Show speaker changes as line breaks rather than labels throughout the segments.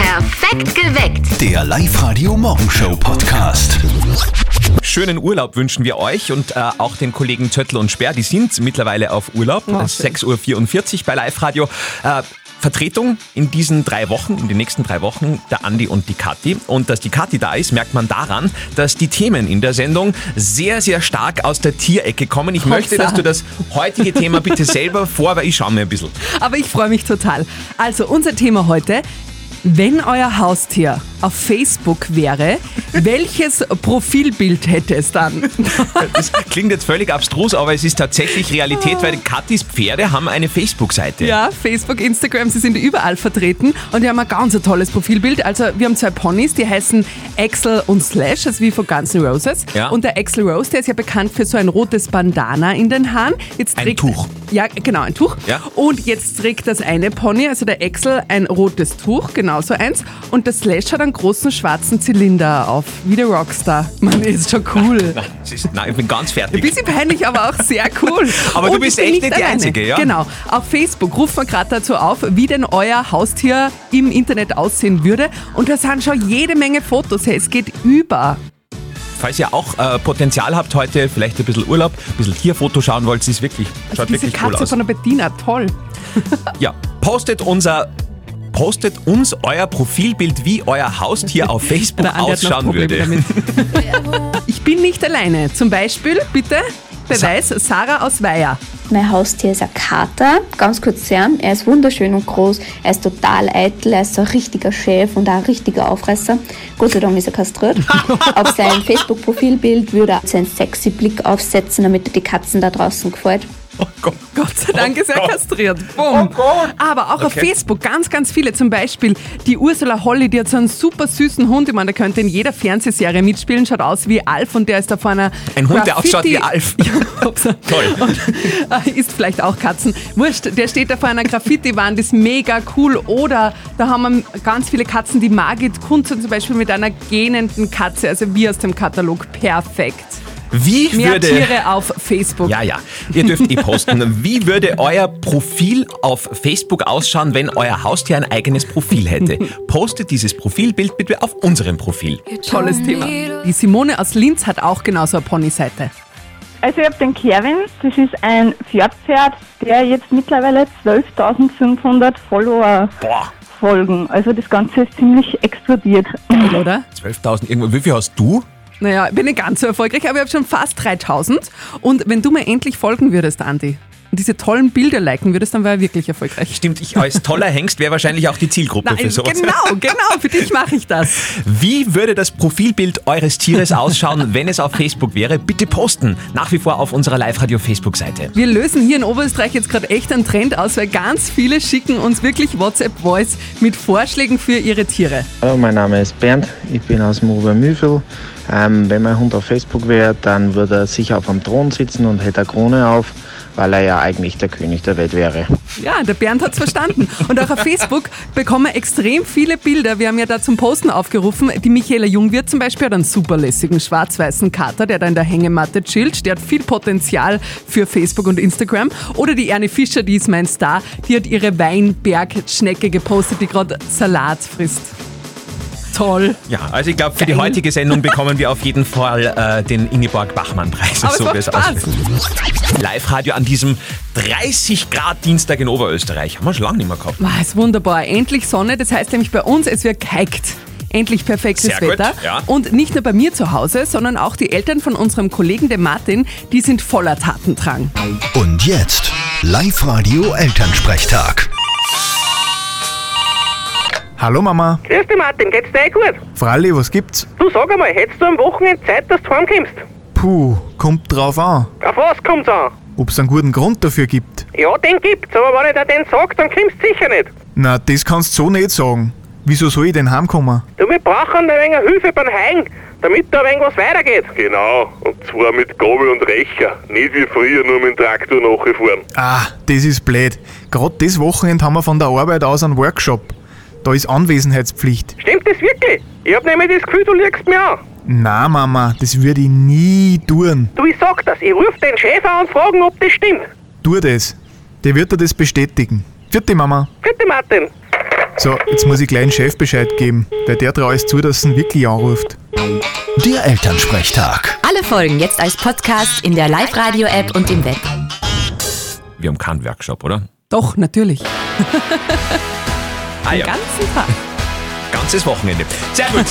Perfekt geweckt.
Der Live-Radio Morgenshow Podcast.
Schönen Urlaub wünschen wir euch und äh, auch den Kollegen Töttl und Sperr. Die sind mittlerweile auf Urlaub. Es ist 6.44 Uhr bei Live Radio. Äh, Vertretung in diesen drei Wochen, in den nächsten drei Wochen, der Andi und die Kathi. Und dass die Kathi da ist, merkt man daran, dass die Themen in der Sendung sehr, sehr stark aus der Tierecke kommen. Ich möchte, dass du das heutige Thema bitte selber vor, weil ich schaue mir ein bisschen.
Aber ich freue mich total. Also unser Thema heute, wenn euer Haustier auf Facebook wäre, welches Profilbild hätte es dann?
Das klingt jetzt völlig abstrus, aber es ist tatsächlich Realität, weil Kathis Pferde haben eine Facebook-Seite.
Ja, Facebook, Instagram, sie sind überall vertreten und die haben ein ganz tolles Profilbild. Also wir haben zwei Ponys, die heißen Axel und Slash, also wie von Guns N' Roses.
Ja.
Und der Axel Rose, der ist ja bekannt für so ein rotes Bandana in den Haaren. Jetzt
Ein
trägt-
Tuch.
Ja, genau, ein Tuch.
Ja.
Und jetzt trägt das eine Pony, also der Axel, ein rotes Tuch, genauso eins. Und der Slash hat einen großen schwarzen Zylinder auf, wie der Rockstar. Man, ist schon cool.
Nein, es ist, nein, ich bin ganz fertig.
Ein bisschen peinlich, aber auch sehr cool.
Genau. Aber du
Und ich
bist
bin
echt nicht die
alleine.
Einzige, ja?
Genau. Auf Facebook ruft man gerade dazu auf, wie denn euer Haustier im Internet aussehen würde. Und da sind schon jede Menge Fotos. Hey, es geht über. Also
Falls ihr auch äh, Potenzial habt heute, vielleicht ein bisschen Urlaub, ein bisschen Tierfoto schauen wollt, es ist wirklich, schaut
Also diese
wirklich cool
Katze
aus.
von der Bettina, toll.
Ja, postet unser postet uns euer Profilbild, wie euer Haustier auf Facebook
Der Andi hat noch
ausschauen
Probleme
würde.
damit. ich bin nicht alleine. Zum Beispiel, bitte, Beweis, Sarah aus Weiher.
Mein Haustier ist ein Kater, ganz kurz sehr. Er ist wunderschön und groß, er ist total eitel, er ist so ein richtiger Chef und auch ein richtiger Aufreißer. Gott sei Dank ist er kastriert. auf seinem Facebook-Profilbild würde er seinen sexy Blick aufsetzen, damit er die Katzen da draußen gefällt.
Oh Gott.
Gott sei Dank ist er
Oh Gott.
kastriert. Bumm. Aber auch auf
Okay.
Facebook ganz, ganz viele. Zum Beispiel die Ursula Holly, die hat so einen super süßen Hund. Ich meine, der könnte in jeder Fernsehserie mitspielen. Schaut aus wie Alf und der ist da vor einer.
Ein Hund, der ausschaut wie
Graffiti-
Alf.
Ja, ups.
Toll.
Und, äh, isst vielleicht auch Katzen. Wurscht, der steht da vor einer Graffiti-Wand, ist mega cool. Oder da haben wir ganz viele Katzen, die Margit Kunze zum Beispiel mit einer gähnenden Katze, also wie aus dem Katalog, perfekt.
Wie
Mehr
würde
Tiere auf Facebook.
Ja, ja. Ihr dürft eh posten. Wie würde euer Profil auf Facebook ausschauen, wenn euer Haustier ein eigenes Profil hätte? Postet dieses Profilbild bitte auf unserem Profil.
Tolles Thema. Die Simone aus Linz hat auch genauso eine Ponyseite.
Also ich habe den Kevin, das ist ein Fjordpferd, der jetzt mittlerweile 12.500 Follower
Boah,
folgen. Also das Ganze ist ziemlich explodiert.
Geil, oder?
12.000 irgendwo. Wie viel hast du?
Naja, ich bin nicht ganz so erfolgreich, aber ich habe schon fast 3000. Und wenn du mir endlich folgen würdest, Andi, und diese tollen Bilder liken würdest, dann wäre ich wirklich erfolgreich.
Stimmt, ich als toller Hengst wäre wahrscheinlich auch die Zielgruppe
Nein,
für sowas.
genau, genau, für dich mache ich das.
Wie würde das Profilbild eures Tieres ausschauen, wenn es auf Facebook wäre? Bitte posten. Nach wie vor auf unserer Live-Radio-Facebook-Seite.
Wir lösen hier in Oberösterreich jetzt gerade echt einen Trend aus, weil ganz viele schicken uns wirklich WhatsApp-Voice mit Vorschlägen für ihre Tiere.
Hallo, mein Name ist Bernd, ich bin aus dem Obermühlviertel. Ähm, wenn mein Hund auf Facebook wäre, dann würde er sicher auf einem Thron sitzen und hätte eine Krone auf, weil er ja eigentlich der König der Welt wäre.
Ja, der Bernd hat's verstanden. Und auch auf Facebook bekommen wir extrem viele Bilder. Wir haben ja da zum Posten aufgerufen. Die Michaela Jungwirth zum Beispiel hat einen super lässigen schwarz-weißen Kater, der da in der Hängematte chillt. Der hat viel Potenzial für Facebook und Instagram. Oder die Erne Fischer, die ist mein Star, die hat ihre Weinbergschnecke gepostet, die gerade Salat frisst. Toll.
Ja, also ich glaube, für die
Geil.
heutige Sendung bekommen wir auf jeden Fall äh, den Ingeborg-Bachmann-Preis.
Aber es macht
wie
Spaß.
aussieht. Live-Radio an diesem 30 Grad Dienstag in Oberösterreich. Haben wir schon lange nicht mehr gehabt.
Wow, ist wunderbar. Endlich Sonne, das heißt nämlich bei uns, es wird keikt. Endlich perfektes
Sehr gut,
Wetter.
ja.
Und nicht nur bei mir zu Hause, sondern auch die Eltern von unserem Kollegen, dem Martin, die sind voller Tatendrang.
Und jetzt Live-Radio Elternsprechtag.
Hallo Mama.
Grüß dich Martin, geht's dir eh gut?
Fralli, was gibt's?
Du sag einmal, hättest du am Wochenende Zeit, dass du heimkommst?
Puh, kommt drauf an,
Auf was kommt's an?
ob's einen guten Grund dafür gibt.
Ja, den gibt's, aber wenn ich dir den sag, dann kommst du sicher nicht.
Na, das kannst so nicht sagen. Wieso soll ich denn heimkommen?
Du, wir brauchen ein wenig Hilfe beim Heilen, damit da ein wenig was weitergeht.
Genau, und zwar mit Gabel und Recher. Nicht wie früher nur mit dem Traktor nachgefahren.
Ah, das ist blöd. Gerade das Wochenende haben wir von der Arbeit aus einen Workshop. Da ist Anwesenheitspflicht.
Stimmt das wirklich? Ich hab nämlich das Gefühl, du lügst mir an.
Na Mama, das würde ich nie tun.
Du, ich sag das, ich ruf den Chef an und frage, ob das stimmt.
Tu das. Der wird dir das bestätigen. Vierte Mama.
Bitte Martin.
So, jetzt muss ich gleich den Chef Bescheid geben, weil der traue es zu, dass er ihn wirklich anruft.
Der Elternsprechtag.
Alle Folgen jetzt als Podcast in der Live-Radio-App und im Web.
Wir haben keinen Workshop, oder?
Doch, natürlich.
Ah
Den ganzen Tag.
ganzes Wochenende. Sehr gut.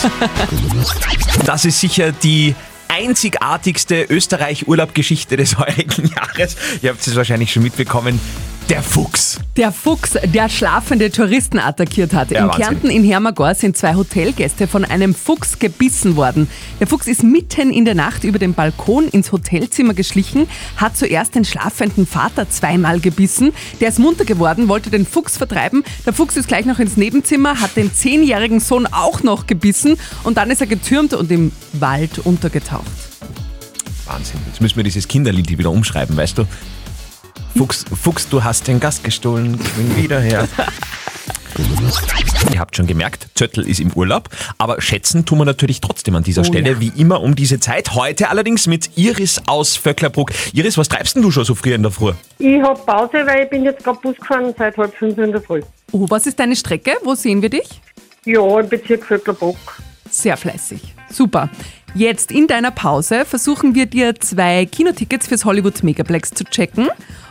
Das ist sicher die einzigartigste Österreich-Urlaubgeschichte des heutigen Jahres. Ihr habt es wahrscheinlich schon mitbekommen. Der Fuchs.
Der Fuchs, der schlafende Touristen attackiert hat.
Ja,
in
Wahnsinn.
Kärnten in Hermagor sind zwei Hotelgäste von einem Fuchs gebissen worden. Der Fuchs ist mitten in der Nacht über den Balkon ins Hotelzimmer geschlichen, hat zuerst den schlafenden Vater zweimal gebissen. Der ist munter geworden, wollte den Fuchs vertreiben. Der Fuchs ist gleich noch ins Nebenzimmer, hat den zehnjährigen Sohn auch noch gebissen und dann ist er getürmt und im Wald untergetaucht.
Wahnsinn. Jetzt müssen wir dieses Kinderlied wieder umschreiben, weißt du? Fuchs, Fuchs, du hast den Gast gestohlen, bring wieder her. Ihr habt schon gemerkt, Zöttl ist im Urlaub, aber schätzen tun wir natürlich trotzdem an dieser Stelle, wie immer um diese Zeit. Heute allerdings mit Iris aus Vöcklerbruck. Iris, was treibst denn du schon so früh in der Früh?
Ich habe Pause, weil ich bin jetzt gerade Bus gefahren seit halb fünf in der Früh.
Oh, was ist deine Strecke? Wo sehen wir dich?
Ja, im Bezirk Vöcklerbruck.
Sehr fleißig. Super. Jetzt in deiner Pause versuchen wir dir zwei Kinotickets fürs Hollywood Megaplex zu checken.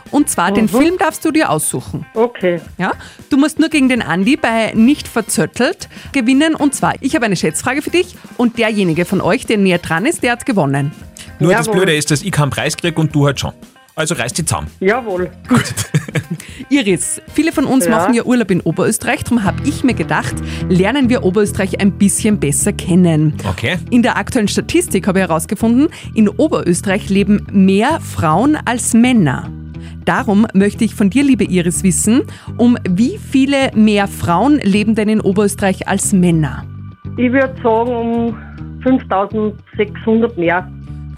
Und zwar den Film darfst du dir aussuchen.
Mhm. Okay.
Ja? Du musst nur gegen den Andi bei Nicht verzöttelt gewinnen. Und zwar, ich habe eine Schätzfrage für dich und derjenige von euch, der näher dran ist, der hat gewonnen.
Nur das
Jawohl.
Blöde ist, dass ich keinen Preis kriege und du halt schon. Also reiß die zusammen.
Jawohl.
Gut.
Iris, viele von uns
Ja.
machen ja Urlaub in Oberösterreich, darum habe ich mir gedacht, lernen wir Oberösterreich ein bisschen besser kennen.
Okay.
In der aktuellen Statistik habe ich herausgefunden, in Oberösterreich leben mehr Frauen als Männer. Darum möchte ich von dir, liebe Iris, wissen, um wie viele mehr Frauen leben denn in Oberösterreich als Männer?
Ich würde sagen, um 5600 mehr.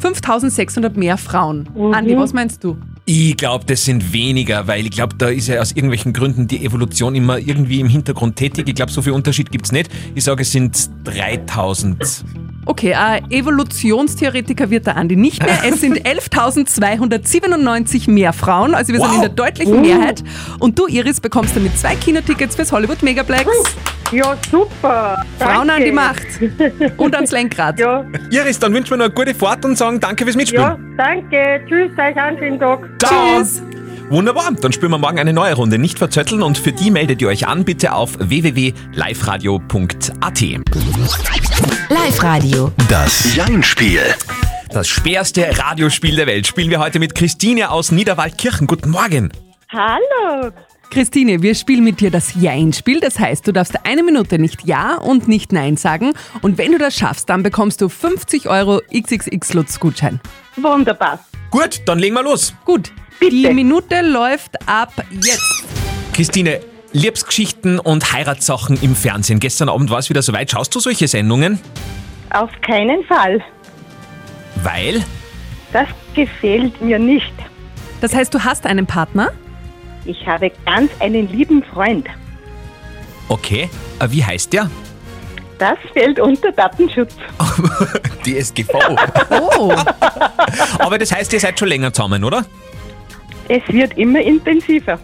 5600 mehr Frauen. Andi, was meinst du?
Ich glaube, das sind weniger, weil ich glaube, da ist ja aus irgendwelchen Gründen die Evolution immer irgendwie im Hintergrund tätig. Ich glaube, so viel Unterschied gibt es nicht. Ich sage, es sind 3000.
Okay, äh, Evolutionstheoretiker wird der Andi nicht mehr. Es sind 11.297 mehr Frauen, also wir sind in der deutlichen Mehrheit. Und du, Iris, bekommst damit zwei Kinotickets fürs Hollywood Megaplex.
Ja, super.
Frauen
Danke.
an die Macht und ans Lenkrad.
Ja,
Iris, dann wünschen wir noch eine gute Fahrt und sagen danke fürs
ja,
Mitspielen.
danke. Tschüss, euch einen schönen Tag.
Ciao.
Tschüss.
Wunderbar, dann spielen wir morgen eine neue Runde. Nicht verzötteln und für die meldet ihr euch an bitte auf www.liveradio.at.
Live-Radio.
Das Jein-Spiel.
Das schwerste Radiospiel der Welt spielen wir heute mit Christine aus Niederwaldkirchen. Guten Morgen.
Hallo.
Christine, wir spielen mit dir das Jein-Spiel. Das heißt, du darfst eine Minute nicht Ja und nicht Nein sagen. Und wenn du das schaffst, dann bekommst du 50 Euro XXX-Lutz-Gutschein.
Wunderbar.
Gut, dann legen wir los.
Gut, die Minute läuft ab jetzt.
Christine, Liebesgeschichten und Heiratssachen im Fernsehen. Gestern Abend war es wieder soweit. Schaust du solche Sendungen?
Auf keinen Fall.
Weil?
Das gefällt mir nicht.
Das heißt, du hast einen Partner?
Ich habe ganz einen lieben Freund.
Okay, äh, wie heißt der?
Das fällt unter Datenschutz.
DSGV.
Oh,
Aber das heißt, ihr seid schon länger zusammen, oder?
Es wird immer intensiver.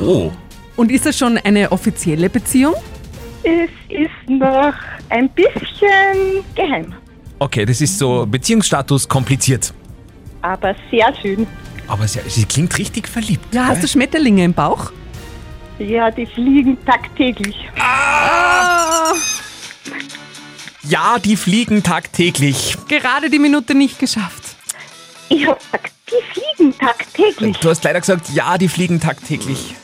Oh.
und ist das schon eine offizielle Beziehung?
Es ist noch ein bisschen geheim,
Okay, das ist so Beziehungsstatus kompliziert.
aber sehr schön.
Aber sie, sie klingt richtig verliebt.
Ja, hast du Schmetterlinge im Bauch?
Ja, die fliegen tagtäglich.
Ja, die fliegen tagtäglich.
Gerade die Minute nicht geschafft.
Ich hab gesagt, die fliegen tagtäglich.
Du hast leider gesagt, ja, die fliegen tagtäglich.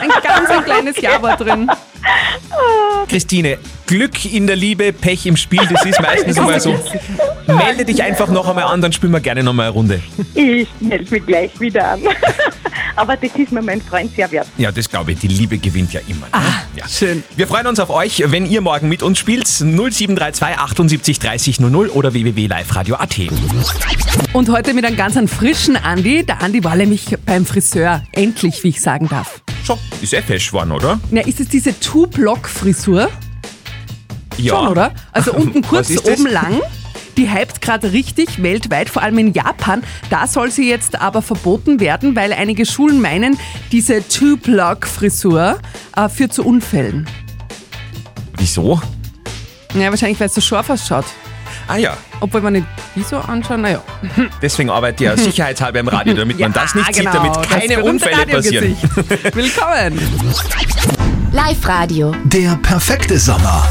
Ein ganz ein kleines Ja war drin.
Christine, Glück in der Liebe, Pech im Spiel, das ist meistens immer so. Melde dich einfach noch einmal an, dann spielen wir gerne noch mal eine Runde.
Ich melde mich gleich wieder an. aber das ist mir mein Freund sehr wert.
Ja, das glaube ich. Die Liebe gewinnt ja immer. ne? ja.
Ah, schön.
Wir freuen uns auf euch, wenn ihr morgen mit uns spielt. 0732 78 30 00 oder www.liveradio.at.
Und heute mit einem ganz einen frischen Andi. Der Andi war nämlich beim Friseur. Endlich, wie ich sagen darf.
Schon. Ist eh fesch geworden, oder?
Na, ist es diese Two-Block-Frisur?
Ja.
Schon, oder? Also unten kurz,
Was ist das?
oben lang. Die hypt gerade richtig weltweit, vor allem in Japan. Da soll sie jetzt aber verboten werden, weil einige Schulen meinen, diese Two-Block-Frisur äh, führt zu Unfällen.
Wieso?
Ja, wahrscheinlich, weil es so scharf ausschaut.
Ah ja,
Obwohl man nicht wieso anschauen, naja.
deswegen arbeite ich ja sicherheitshalber im Radio, damit man das
Ah,
nicht
genau,
sieht, damit keine Unfälle passieren.
passieren. Willkommen.
Live-Radio.
Der perfekte Sommer.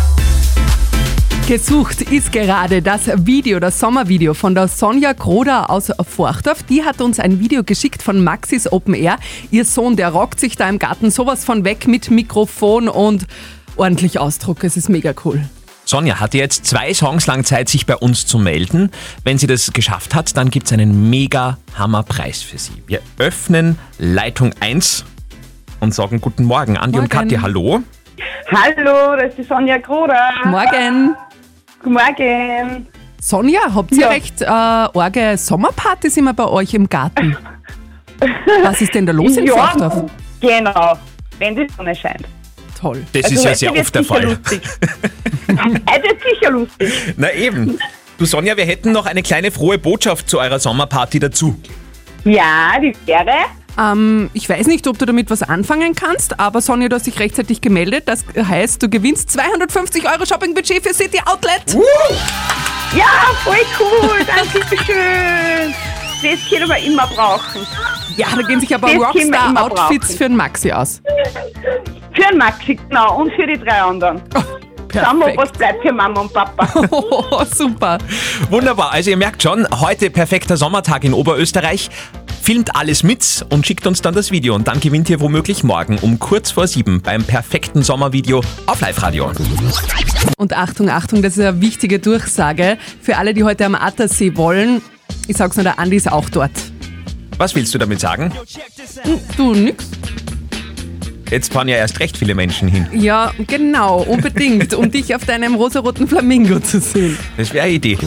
Gesucht ist gerade das Video, das Sommervideo von der Sonja Kroder aus Forchdorf. Die hat uns ein Video geschickt von Maxis Open Air. Ihr Sohn, der rockt sich da im Garten sowas von weg mit Mikrofon und ordentlich Ausdruck. Es ist mega cool.
Sonja hatte jetzt zwei Songs lang Zeit, sich bei uns zu melden. Wenn sie das geschafft hat, dann gibt es einen mega Hammerpreis für sie. Wir öffnen Leitung 1 und sagen guten Morgen. Andi und
Morgen.
Kathi, hallo.
Hallo, das ist die Sonja Kroder.
Morgen.
Guten Morgen.
Sonja, habt ihr
Ja.
recht äh, arge Sommerpartys immer bei euch im Garten? Was ist denn da los in
Ja,
Forchdorf?
Genau, wenn die Sonne scheint.
Toll.
Das
Also
ist ja
heute
sehr
wird's
oft der
sicher
Fall.
Lustig.
Äh,
Es wird sicher lustig.
Na eben. Du Sonja, wir hätten noch eine kleine frohe Botschaft zu eurer Sommerparty dazu.
Ja, die wäre.
Ähm, ich weiß nicht, ob du damit was anfangen kannst, aber Sonja, du hast dich rechtzeitig gemeldet. Das heißt, du gewinnst 250 Euro Shoppingbudget für City Outlet.
Uh! Ja, voll cool, danke schön. Das können wir immer brauchen.
Ja, da gehen sich aber
Das können wir immer
Rockstar-Outfits
brauchen.
für den Maxi aus.
Für den Maxi, genau, und für die drei anderen. Schauen wir, was
Perfekt.
bleibt für Mama und Papa.
Oh, super.
Wunderbar. Also ihr merkt schon, heute perfekter Sommertag in Oberösterreich. Filmt alles mit und schickt uns dann das Video. Und dann gewinnt ihr womöglich morgen um kurz vor sieben beim perfekten Sommervideo auf Live-Radio.
Und Achtung, Achtung, das ist eine wichtige Durchsage für alle, die heute am Attersee wollen. Ich sag's nur, der Andi ist auch dort.
Was willst du damit sagen?
Hm, Du, nix?
Jetzt fahren ja erst recht viele Menschen hin.
Ja, genau, unbedingt, um dich auf deinem rosaroten Flamingo zu sehen.
Das wäre eine Idee.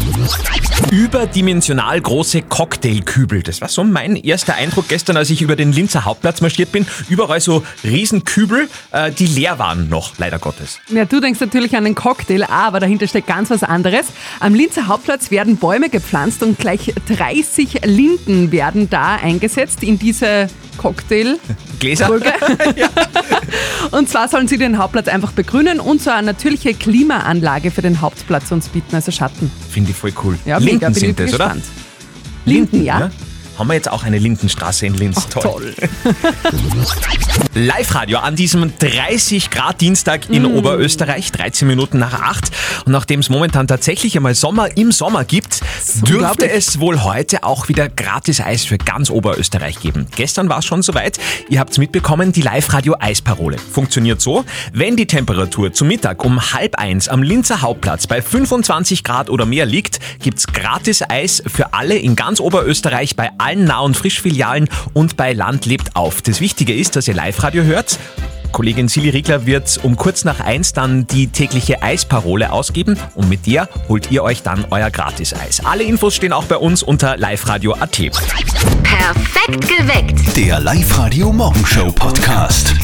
Überdimensional große Cocktailkübel. Das war so mein erster Eindruck gestern, als ich über den Linzer Hauptplatz marschiert bin. Überall so Riesenkübel, äh, die leer waren noch, leider Gottes.
Ja, du denkst natürlich an den Cocktail, aber dahinter steckt ganz was anderes. Am Linzer Hauptplatz werden Bäume gepflanzt und gleich 30 Linden werden da eingesetzt in diese Cocktail.
Gläser?
Und zwar sollen sie den Hauptplatz einfach begrünen und so eine natürliche Klimaanlage für den Hauptplatz uns bieten, also Schatten.
Finde ich voll cool.
Ja, mega,
Linden
bin
sind
ich
das, oder?
gespannt. Linden, ja.
Haben wir jetzt auch eine Lindenstraße in Linz.
Toll.
Live-Radio an diesem 30 Grad Dienstag in
Mhm.
Oberösterreich, 13 Minuten nach 8. Und nachdem es momentan tatsächlich einmal Sommer im Sommer gibt, dürfte
unglaublich.
es wohl heute auch wieder gratis Eis für ganz Oberösterreich geben. Gestern war es schon soweit. Ihr habt es mitbekommen, die Live-Radio Eisparole funktioniert so. Wenn die Temperatur zu Mittag um halb eins am Linzer Hauptplatz bei 25 Grad oder mehr liegt, gibt's gratis Eis für alle in ganz Oberösterreich bei allen Nah- und Frischfilialen und bei Land lebt auf. Das Wichtige ist, dass ihr Live-Radio hört. Kollegin Silly Riegler wird um kurz nach eins dann die tägliche Eisparole ausgeben und mit der holt ihr euch dann euer Gratis-Eis. Alle Infos stehen auch bei uns unter liveradio.at.
Perfekt geweckt.
Der Live-Radio Morgenshow Podcast.